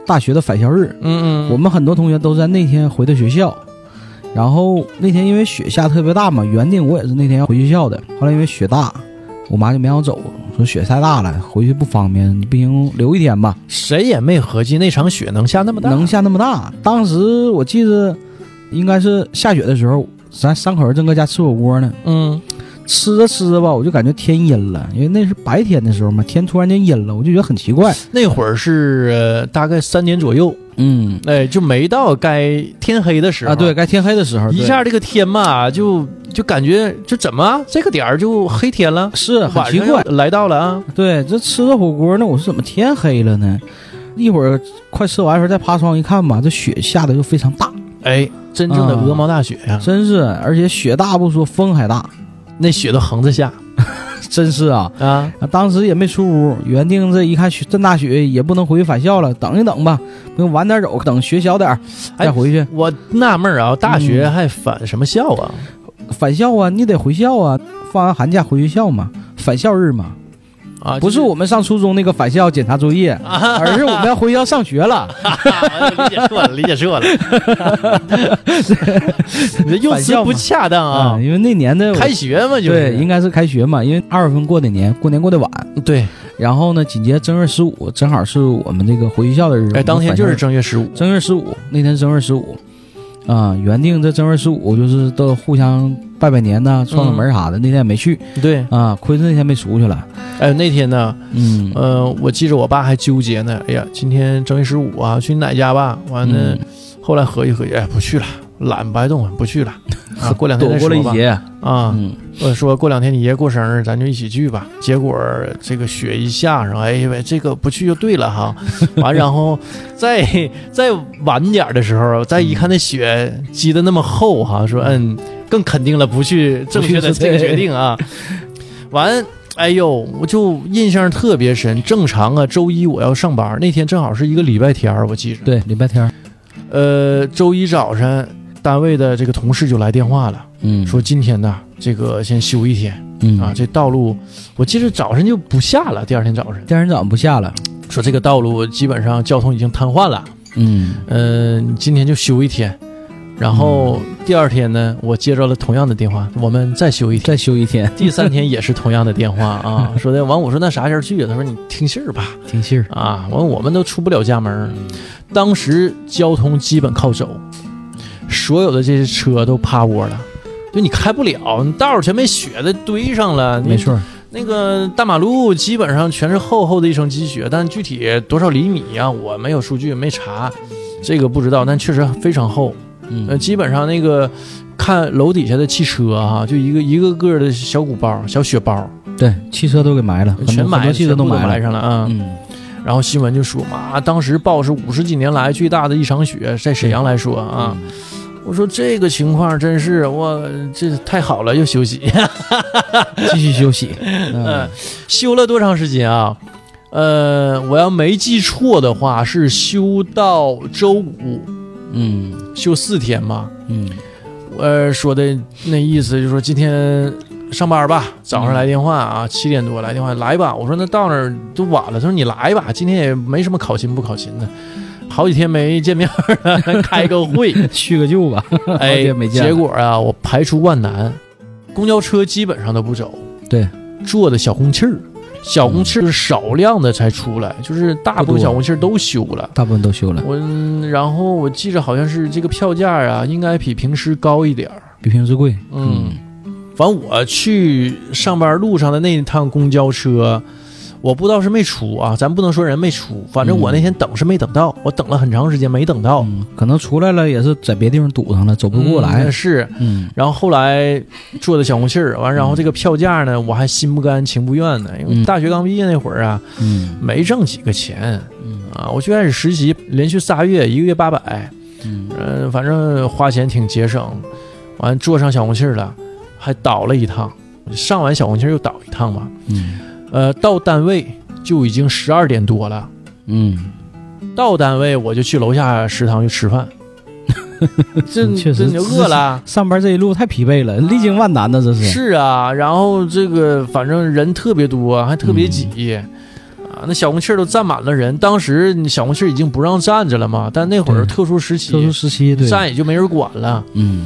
大学的返校日，
嗯嗯，
我们很多同学都在那天回的学校，然后那天因为雪下特别大嘛，原定我也是那天要回学校的，后来因为雪大，我妈就没让我走，说雪太大了，回去不方便，你不行留一天吧，
谁也没合计那场雪能下那么大，
能下那么大。当时我记得应该是下雪的时候，咱三口人正搁家吃火锅呢，
嗯
吃着吃着吧，我就感觉天阴了，因为那是白天的时候嘛，天突然间阴了，我就觉得很奇怪。
那会儿是、呃、大概三点左右，
嗯，
哎，就没到该天黑的时候
啊，对，该天黑的时候，
一
对
下这个天吧，就就感觉就怎么啊这个点儿就黑天了，
是很
晚
奇
上
怪
要。来到了啊，
对，这吃着火锅呢，我是怎么天黑了呢？一会儿快吃完的时候再爬窗一看吧，这雪下的又非常大，
哎，真正的
啊
鹅毛大雪呀、
真是，而且雪大不说，风还大，
那雪都横着下
真是啊！
啊，
啊当时也没出屋，原定这一看雪这么大雪，也不能回去返校了，等一等吧，不行晚点走，等雪小点儿
哎
再回去、
我纳闷儿啊，大学还返什么校啊？
返校啊，你得回校啊，放完寒假回学校嘛，返校日嘛，
啊，
不是我们上初中那个返校检查作业，而是我们要回校上学了。
啊我理解错了，理解错了， 你这用
返
词
校嘛
不恰当啊
嗯，，因为那年的我
开学嘛 就
对，
是
应该是开学嘛，因为二月份过的年，过年过得晚。
对，
然后呢，紧接着正月十五，正好是我们这个回学校的日子。
哎，当天就是正月十五，
正月十五，那天正月十五，啊、原定这正月十五就是都互相拜拜年呐、串个门啥的，那天也没去
对，
啊。坤是那天没出去了，
哎，那天呢，
嗯，
呃，我记着我爸还纠结呢，哎呀，今天正月十五啊，去你奶家吧，完了。
嗯
后来合计合计，哎，不去了，懒不爱动，不去了。啊，过两天
躲
再说
过了一
吧
劫，
啊！
嗯，
我说过两天你爷过生日，咱就一起去吧。结果这个雪一下，然后哎呀喂，这个不去就对了哈。完，然后再再晚点儿的时候，再一看那雪积的那么厚哈，说嗯，更肯定了不去正确的
不去
这
对
个决定啊。完，哎呦，我就印象特别深。正常啊，周一我要上班，那天正好是一个礼拜天儿，我记着。
对，礼拜天儿，
呃，周一早晨，单位的这个同事就来电话了，
嗯，
说今天呢，这个先休一天
嗯
啊，这道路，我记得早晨就不下了，第二天早晨
第二天早上不下了，
说这个道路基本上交通已经瘫痪了，
嗯
嗯、你今天就休一天，然后第二天呢，我接到了同样的电话，我们再休一天。
再休一天，
第三 天也是同样的电话 啊，说的完，我说那啥时候去啊？他说你听信儿吧，
听信儿，
啊，完我们都出不了家门儿，当时交通基本靠走，所有的这些车都趴窝了，就你开不了，你道儿全被雪的堆上了，你
没错儿，
那个大马路基本上全是厚厚的一层积雪，但具体多少厘米啊，我没有数据没查，这个不知道，但确实非常厚。
嗯
呃，基本上那个看楼底下的汽车哈、就一个一个个的小鼓包、小雪包，
嗯对，汽车都给埋了，很多
全
很
埋
多汽车
全部
都埋
埋上了啊。
嗯，
然后新闻就说嘛，啊当时报是五十几年来最大的一场雪，在沈阳来说啊。
嗯，
我说这个情况真是我这太好了，又休息。
继续休息。
嗯
嗯，，
修了多长时间啊？呃，我要没记错的话，是修到周五，
嗯
修四天嘛。
嗯
呃，说的那意思就是说今天上班吧，早上来电话啊，七点多来电话，来吧。我说那到那儿都晚了，他说你来吧，今天也没什么考勤不考勤的，好几天没见面了，开个会。
叙个旧吧。
哎，
也没见了
结果啊，我排除万难，公交车基本上都不走，
对，
坐的小公汽儿，小公汽儿少量的才出来，就是大部
不
分
多
小公汽儿都修了。
大部分都修了，
我嗯然后我记着好像是这个票价啊，应该比平时高一点儿。
比平时贵。
嗯，反正我去上班路上的那一趟公交车，我不知道是没出啊，咱不能说人没出，反正我那天等是没等到，我等了很长时间没等到，
嗯，可能出来了也是在别地方堵上了，走不过来
嗯。是。
嗯
然后后来坐的小红气儿，完，然后这个票价呢，我还心不甘情不愿呢，因为
嗯
大学刚毕业那会儿啊，
嗯
没挣几个钱
嗯
啊，我就开始实习，连续仨月，一个月八百，
嗯
嗯、反正花钱挺节省。完坐上小红气儿了，还倒了一趟，上完小红气儿又倒一趟吧。
嗯
呃，到单位就已经十二点多了，
嗯，
到单位我就去楼下食堂去吃饭。 这
嗯确
这
实
你就饿了。
上班这一路太疲惫了，历经万难呢，这是。
是啊，然后这个反正人特别多，还特别挤，
嗯
啊，那小红气儿都站满了人。当时你小红气儿已经不让站着了嘛，但那会儿
对
特殊时期，
特殊时期，对，
站也就没人管了。
嗯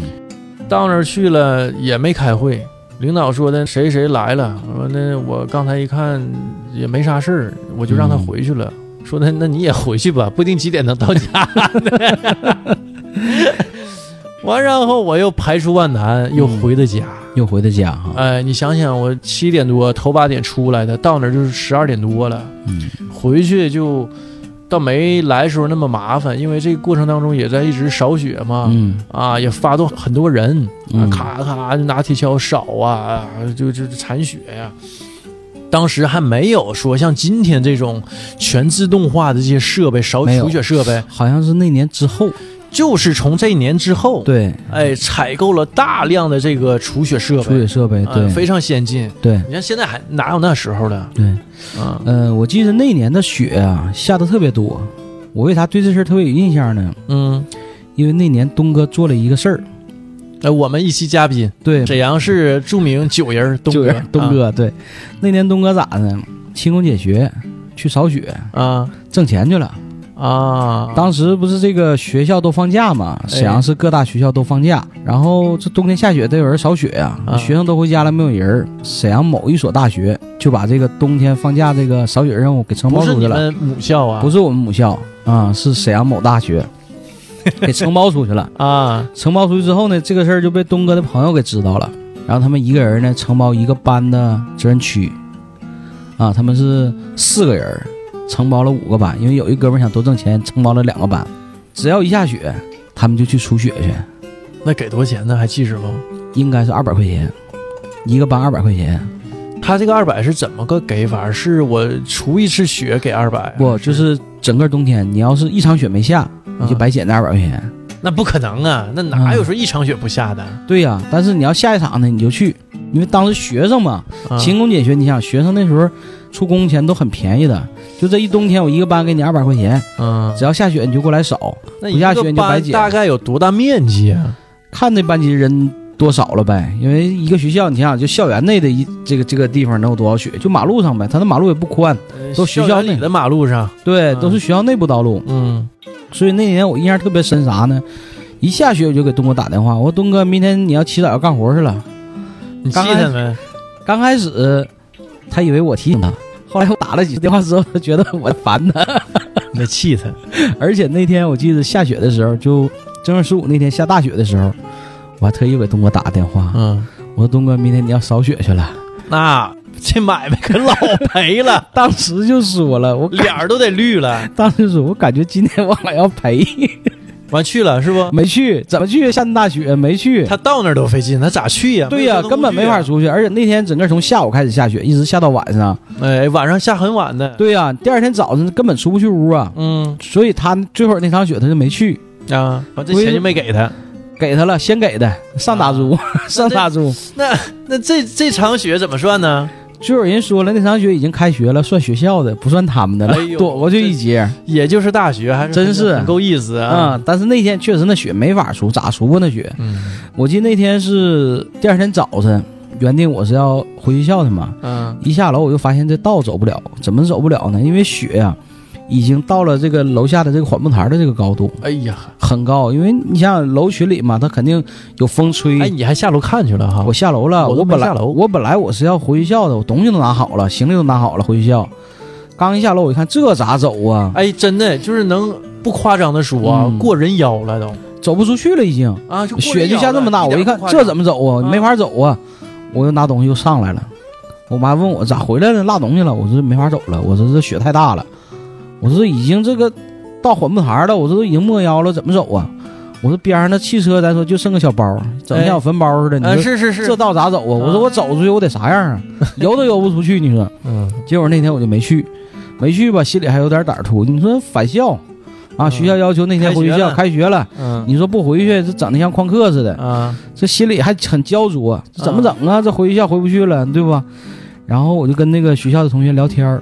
到那儿去了也没开会，领导说的谁谁来了，我说那我刚才一看也没啥事儿，我就让他回去了。
嗯
说那那你也回去吧，不定几点能到家 呢 完，然后我又排除万难，又
嗯
回的家。
又回的家哈。
哎，你想想，我七点多头八点出来的，到那儿就是十二点多了，
嗯
回去就倒没来时候那么麻烦，因为这个过程当中也在一直扫雪嘛，
嗯
啊，也发动很多人，啊
嗯，
咔咔就拿铁锹扫啊，就就就铲雪呀、当时还没有说像今天这种全自动化的这些设备，扫
没有
除雪设备，
好像是那年之后，
就是从这一年之后，
对，
哎，采购了大量的这个除雪设
除
备
雪，设备，
呃
对啊
非常先进。
对
你看现在还哪有那时候的？
对。
嗯
呃，我记得那年的雪啊，下的特别多。我为啥对这事儿特别有印象呢？
嗯，
因为那年东哥做了一个事儿，
哎，我们一期嘉宾，
对，
沈阳市著名九人东
就
哥
是，东
啊
哥、对，那年东哥咋呢？勤工俭学，去扫雪
啊
挣钱去了。
啊，
当时不是这个学校都放假嘛，
哎
沈阳市各大学校都放假，然后这冬天下雪得有人扫雪呀、
啊
学生都回家了没有人儿。沈阳某一所大学就把这个冬天放假这个扫雪任务给承包
不是
出
你
去了，
们母校啊？
不是我们母校啊、是沈阳某大学给承包出去了。
啊，
承包出去之后呢，这个事儿就被东哥的朋友给知道了，然后他们一个人呢承包一个班的责任区，啊，他们是四个人儿承包了五个班，因为有一哥们儿想多挣钱，承包了两个班，只要一下雪，他们就去除雪去，
那给多少钱呢？还记着不？
应该是二百块钱，一个班二百块钱，
他这个二百是怎么个给法？是我除一次雪给二百？啊
不就是整个冬天，你要是一场雪没下，你就
嗯
白嗯捡那二百块钱。
那不可能啊！那哪有说一场雪不下的？
对呀、但是你要下一场呢，你就去，因为当时学生嘛，
啊
勤工俭学，你想学生那时候出工钱都很便宜的，就这一冬天我一个班给你二百块钱，
嗯，
只要下雪你就过来扫，
那
不
一
下雪
个
你就白
班
捡
大概有多大面积啊？
看这班级人多少了呗。因为一个学校，你想想就校园内的一这个这个地方能有多少雪？就马路上呗，他那马路也不宽，都学校
校
内
园里的马路上，
对，
嗯
都是学校内部道路。
嗯
所以那年我印象特别深啥呢？一下雪我就给东哥打电话，我说东哥，明天你要起早要干活去了。
你记
刚开
他没？
刚开始他以为我提醒他，后来我打了几次电话之后，他觉得我烦他。
你得气他。
而且那天我记得下雪的时候，就正月十五那天下大雪的时候，我还特意给东哥打个电话，
嗯，
我说东哥，明天你要扫雪去了。
那这买卖可老赔了，
当时就说了，我
脸儿都得绿了。
当时说，我感觉今天我俩要赔，
完去了是不？
没去，怎么去？下大雪没去。
他到那儿都费劲，他咋去啊呀？
对
没有
呀、
交通
根本没法
工
出去，而且那天整个从下午开始下雪，一直下到晚上。
具啊。哎，晚上下很晚的。
对呀、第二天早晨根本出不去屋啊，
嗯
所以他最后那场雪他就没去，
啊，完这钱就没给他。
给他了，先给的上打猪， 上打猪。
那那这这场雪怎么算呢？
最后人说了，那场雪已经开学了，算学校的，不算他们的了，
哎呦啊
躲过去一截。
也就是大学，还是
真是
很够意思
啊、
啊。
但是那天确实那雪没法除，咋除啊？那雪，
嗯
我记得那天是第二天早晨，原定我是要回学校的嘛，
嗯
一下楼我就发现这道走不了，怎么走不了呢？因为雪呀、已经到了这个楼下的这个缓步台的这个高度，
哎呀，
很高。因为你想想楼群里嘛，它肯定有风吹。
哎，你还下楼看去了哈？
啊我下楼了，
我
我
都没
本来
下楼
我本来我是要回学校的，我东西都拿好了，行李都拿好了，回学校。刚一下楼，我一看这咋走啊？
哎，真的就是能不夸张的说啊，
嗯
过人腰了都
走不出去了，已经。
啊，就
雪就下这么大，我一看这怎
么
么走啊？
啊
没法走啊！我又拿东西又上来了。我妈问我咋回来了，落东西了。我说没法走了，我说这雪太大了，我说已经这个到缓步台了，我说都已经没腰了，怎么走啊？我说边上那汽车，咱说就剩个小包，整得像
哎
小坟包似的。
啊？
你说
是是是，
这道咋走啊？我
啊
说我走出去我得啥样啊？游都游不出去，你说。
嗯
结果那天我就没去，没去吧，心里还有点歹突。你说返校啊？
嗯
学校要求那天
开
回
学
学校
了
开学了，
嗯
你说不回去，这整的像旷课似的。
啊，
这心里还很焦灼，这怎么整
嗯
啊？这回学校回不去了，对吧？然后我就跟那个学校的同学聊天儿，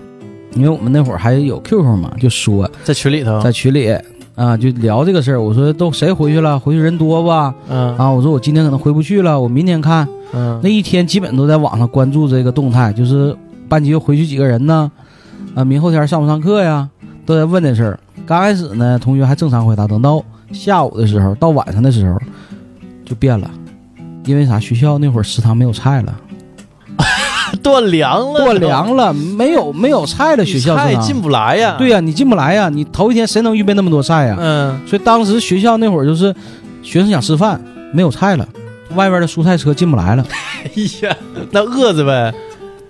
因为我们那会儿还有 QQ 嘛，就说
在群里头，
在群里啊，就聊这个事儿。我说都谁回去了？回去人多吧？
嗯
啊，我说我今天可能回不去了，我明天看。
嗯，
那一天基本都在网上关注这个动态，就是班级又回去几个人呢？啊，明后天上不上课呀？都在问这事儿。刚开始呢，同学还正常回答，等到下午的时候，到晚上的时候就变了，因为啥？学校那会儿食堂没有菜了，
断粮了，
过凉了，没有没有菜了，
都，
学校
菜
食
进
堂。
不来呀。
对呀、你进不来呀，你头一天谁能预备那么多菜呀？
嗯
所以当时学校那会儿就是学生想吃饭，没有菜了，外边的蔬菜车进不来了。
哎呀，那饿着呗，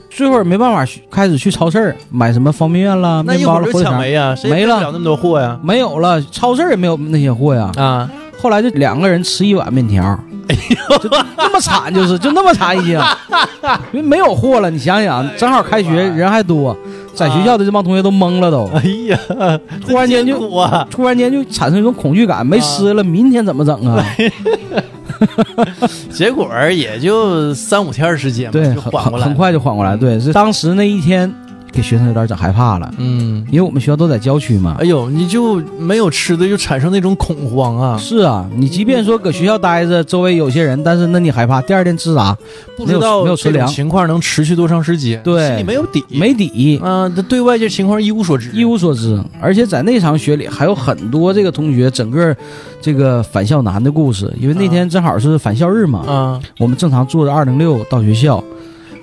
最后也没办法去，开始去超市儿买什么方便面啦、
那
面
一会
包
儿
了、
就
火腿
抢
肠，
没呀，谁
没
买
了
不了那么多货呀？
没有了，超市儿也没有那些货呀。
啊，
后来就两个人吃一碗面条，
哎
就那么惨，就是就那么惨已经，因为没有货了。你想想，
哎
正好开学人还多，在学校的这帮同学都懵了都，
哎呀，
突然间就
真辛苦啊，
突然间就产生一种恐惧感，没吃了，明天怎么整
哎
啊？
结果儿也就三五天儿时间嘛，
对，
就
很
缓
很
过来，嗯
很，快就缓过来。对，是当时那一天给学生有点整害怕了，
嗯。
因为我们学校都在郊区嘛，
哎呦，你就没有吃的，就产生那种恐慌啊！
是啊，你即便说搁学校待着，周围有些人，但是那你害怕第二天吃啥？
不知道
没有
这
存
种
粮
情况能持续多长时间，
对
心里没有底，
没底，
啊，这对外界情况一无所知，
一无所知。而且在那场雪里，还有很多这个同学整个这个返校难的故事，因为那天正好是返校日嘛，
啊，
我们正常坐着二零六到学校，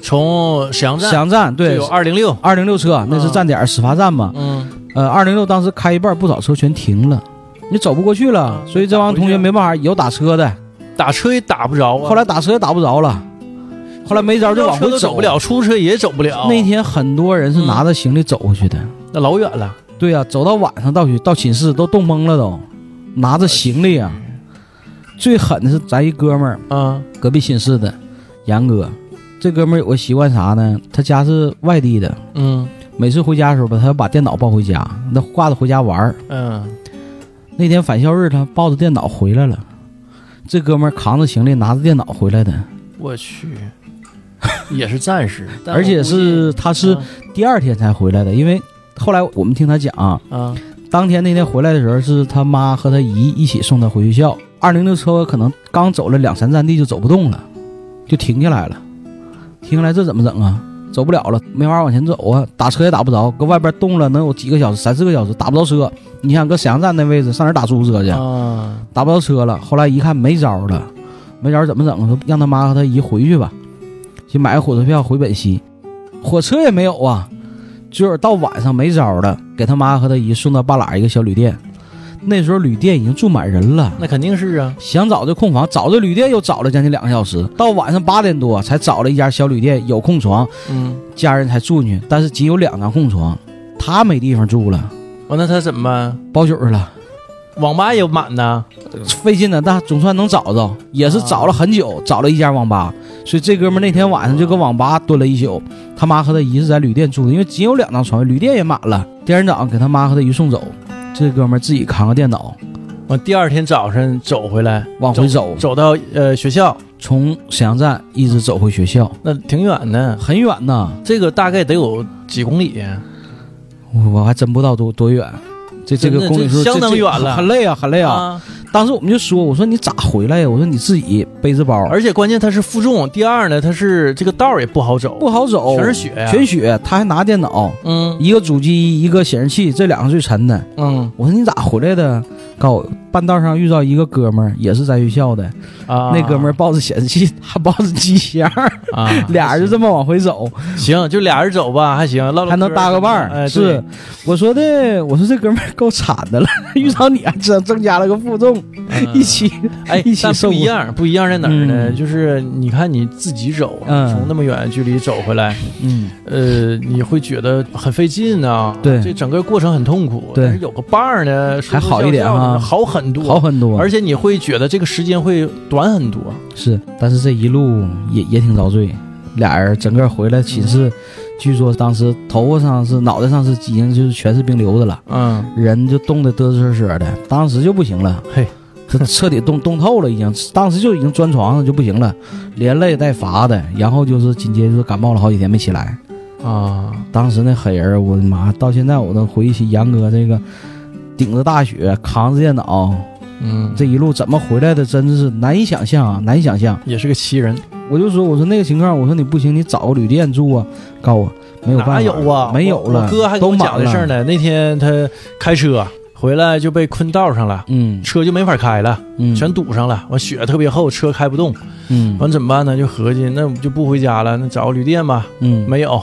从沈阳
沈
站
阳站
就
对
有。二零啊六，
二零六车那是站点儿始发站嘛，
嗯，
呃，二零六当时开一半，不少车全停了，你走不过去
啊
了，所以这帮同学没办法，有打车的，
打车也打不着啊，
后来打车也打不着了，后来没招就往
公交车
回
都走不了，出租车也走不了，
那天很多人是拿着行李走过去的，
那老远了，
对呀、走到晚上到去到寝室都冻懵了都，拿着行李啊。最狠的是咱一哥们儿，
啊，
隔壁寝室的杨哥，这哥们儿有个习惯啥呢？他家是外地的，
嗯
每次回家的时候吧，他要把电脑抱回家，那挂着回家玩儿。
嗯，
那天返校日，他抱着电脑回来了。这哥们儿扛着行李，拿着电脑回来的，
我去， 也是暂时，但
而
我
且
嗯啊
是他是
估计
第二天才回来的，因为后来我们听他讲啊、
啊
当天那天回来的时候，是他妈和他姨一起送他回学校。二零六车可能刚走了两三站地就走不动了，就停下来了。停下来这怎么整啊？走不了了，没法往前走啊！打车也打不着，搁外边冻了能有几个小时，三四个小时打不着车。你想搁沈阳站那位置，上哪儿打出租车去？
啊，
打不着车了。后来一看没招儿了，没招儿怎么整啊？说让他妈和他姨回去吧，去买个火车票回本溪，火车也没有啊。就是到晚上没招儿了，给他妈和他姨送到半拉一个小旅店。那时候旅店已经住满人了。
那肯定是啊，
想找就空房，找这旅店又找了将近两个小时，到晚上八点多才找了一家小旅店有空床，
嗯，
家人才住进去，但是仅有两张空床，他没地方住了，
完、那他怎么办？
包宿去了，
网吧也有满呐，
费劲呢，但总算能找着，也
啊
是找了很久，找了一家网吧，所以这哥们儿那天晚上就搁网吧蹲了一宿，他妈和他姨是在旅店住的，因为仅有两张床，旅店也满了，第二天早上给他妈和他姨送走，这哥们儿自己扛个电脑
完第二天早上走回来，
往回走，
走到呃学校，
从沈阳站一直走回学校，
那挺远的，
很远呐。
这个大概得有几公里，
我我还真不知道多多远，这这
真的
个公里
这
数
相当
这
远了
很累啊，很累啊。
啊，
当时我们就说，我说你咋回来呀？我说你自己背着包，
而且关键它是负重，第二呢，它是这个道儿也不好走，
不好走，
哦全是雪呀、
全雪，他还拿电脑，
嗯
一个主机，一个显示器，这两个最沉的。
嗯
我说你咋回来的？告诉我半道上遇到一个哥们儿，也是在学校的，
啊，
那哥们儿抱着显示器，他抱着机箱，
啊，
俩人就这么往回走，
行，就俩人走吧，还行，唠唠
还能
嗑
搭个伴
哎，
儿。是，我说的，我说这哥们儿够惨的了，
啊
遇上你还增增加了个负重，
对嗯
一起
哎
一，起
但
受
不一
过
样，不一样在哪儿呢？
嗯
就是你看你自己走，啊
嗯
从那么远的距离走回来，
嗯。
呃，你会觉得很费劲啊，
对
这整个过程很痛苦。
对
但是有个伴儿呢，
还好一点啊
说说笑笑的好很多，
好很多，
而且你会觉得这个时间会短很多。
是，但是这一路也也挺遭罪，俩人整个回来寝室，据说当时头发上是脑袋上是已经就是全是冰瘤子了，
嗯，
人就冻得嘚瑟瑟的，当时就不行了，
嘿，
这彻底冻冻透了，已经，当时就已经钻床上就不行了，连累带乏的，然后就是紧接着就感冒了好几天没起来，
啊，
当时那狠人儿，我的妈，到现在我都回忆起杨哥这个顶着大雪扛着电脑，
嗯，
这一路怎么回来的，真是难以想象啊，难以想象。
也是个奇人，
我就说，我说那个情况，我说你不行，你找个旅店住啊。告诉我没有办法，
哪有啊？
没有了，
我哥还跟
都
我
满
讲这事儿
了。
呢。那天他开车回来就被困道上了，
嗯
车就没法开了，
嗯，
全堵上了。完雪特别厚，车开不动。
嗯
完怎么办呢？就合计那我们就不回家了，那找个旅店吧。
嗯
没有，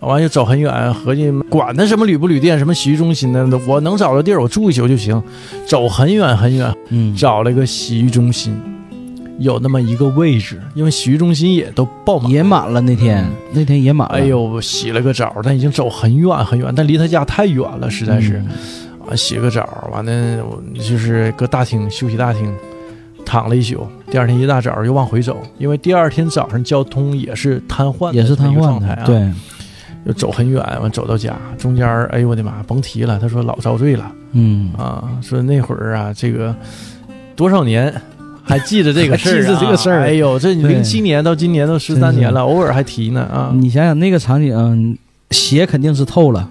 完又走很远，合计管他什么旅不旅店，什么洗浴中心的，我能找着地儿我住一宿就行。走很远很远，
嗯
找了个洗浴中心，有那么一个位置，因为洗浴中心也都爆满。
也满了那天
嗯，
那天也满了。
哎呦，我洗了个澡，但已经走很远很远，但离他家太远了，实
嗯，
在是。啊，洗个澡，完了我就是搁大厅休息大厅躺了一宿。第二天一大早又往回走，因为第二天早上交通也是瘫痪的
也是
这么
瘫
一个
痪
状态
的
啊。，
对，
又走很远，完走到家中间儿，哎呦我的妈，甭提了。他说老遭罪了
嗯，
啊，说那会儿啊，这个多少年还记着 这个事儿、啊，
还记着这个事儿
哎呦，这
对嗯
零七年到今年都十三年了，偶尔还提呢啊。
你想想那个场景，嗯鞋肯定是透了，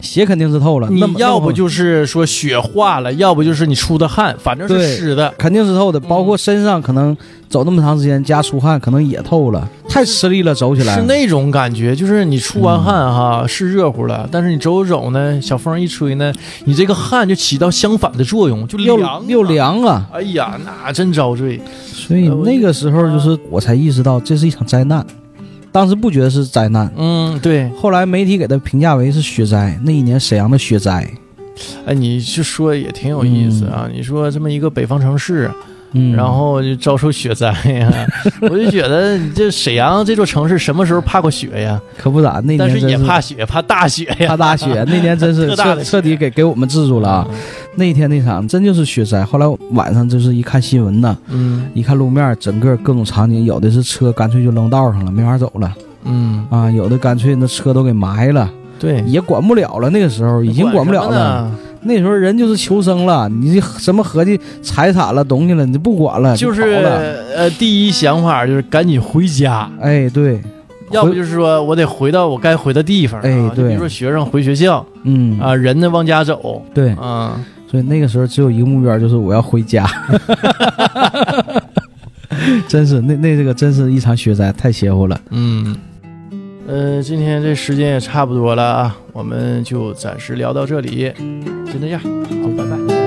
鞋肯定是透了。
你
啊那么
要不
那么
就是说雪化了，要不就是你出的汗，反正是
对
湿的。
肯定是透
嗯
的，包括身上可能走那么长时间加出汗，可能也透了，太吃力了，走起来嗯
是那种感觉，就是你出完汗哈、是热乎了，但是你走走呢，小风一吹呢，你这个汗就起到相反的作用，就
又
凉
又
啊。
凉了。
哎呀，那真遭罪。
所以那个时候
呃
就是我才意识到这是一场灾难，当时不觉得是灾难，
嗯，对，
后来媒体给他评价为是雪灾，那一年沈阳的雪灾，
哎，你就说也挺有意思啊。你说这么一个北方城市，
嗯，
然后就遭受雪灾呀、 我就觉得你这沈阳这座城市什么时候怕过雪呀？
可不咋，那年
但
真
是
是
也怕雪，怕大雪呀。
怕大雪， 那年真是
特大
彻
的雪
彻底给给我们制住了啊！那天那场真就是雪灾，后来晚上就是一看新闻呐，
嗯
一看路面，整个各种场景，有的是车干脆就扔道上了，没法走了
嗯，
啊，有的干脆那车都给埋了，
对，
也管不了了，那个时候已经管不了
管什
了
么。呢。
那时候人就是求生了，你这什么合计财产了、东西了，你就不管了，
就是
跑了
呃，第一想法就是赶紧回家，
哎，对，
要不就是说我得回到我该回的地方、啊。
哎
就
对
比如说学生回学校
嗯
啊、，人呢往家走，
对，
啊，
所以那个时候只有一个目标，就是我要回家。真是，那那这个真是一场雪灾，太邪乎了。
嗯，呃，今天这时间也差不多了啊，我们就暂时聊到这里，就那样，好，拜拜。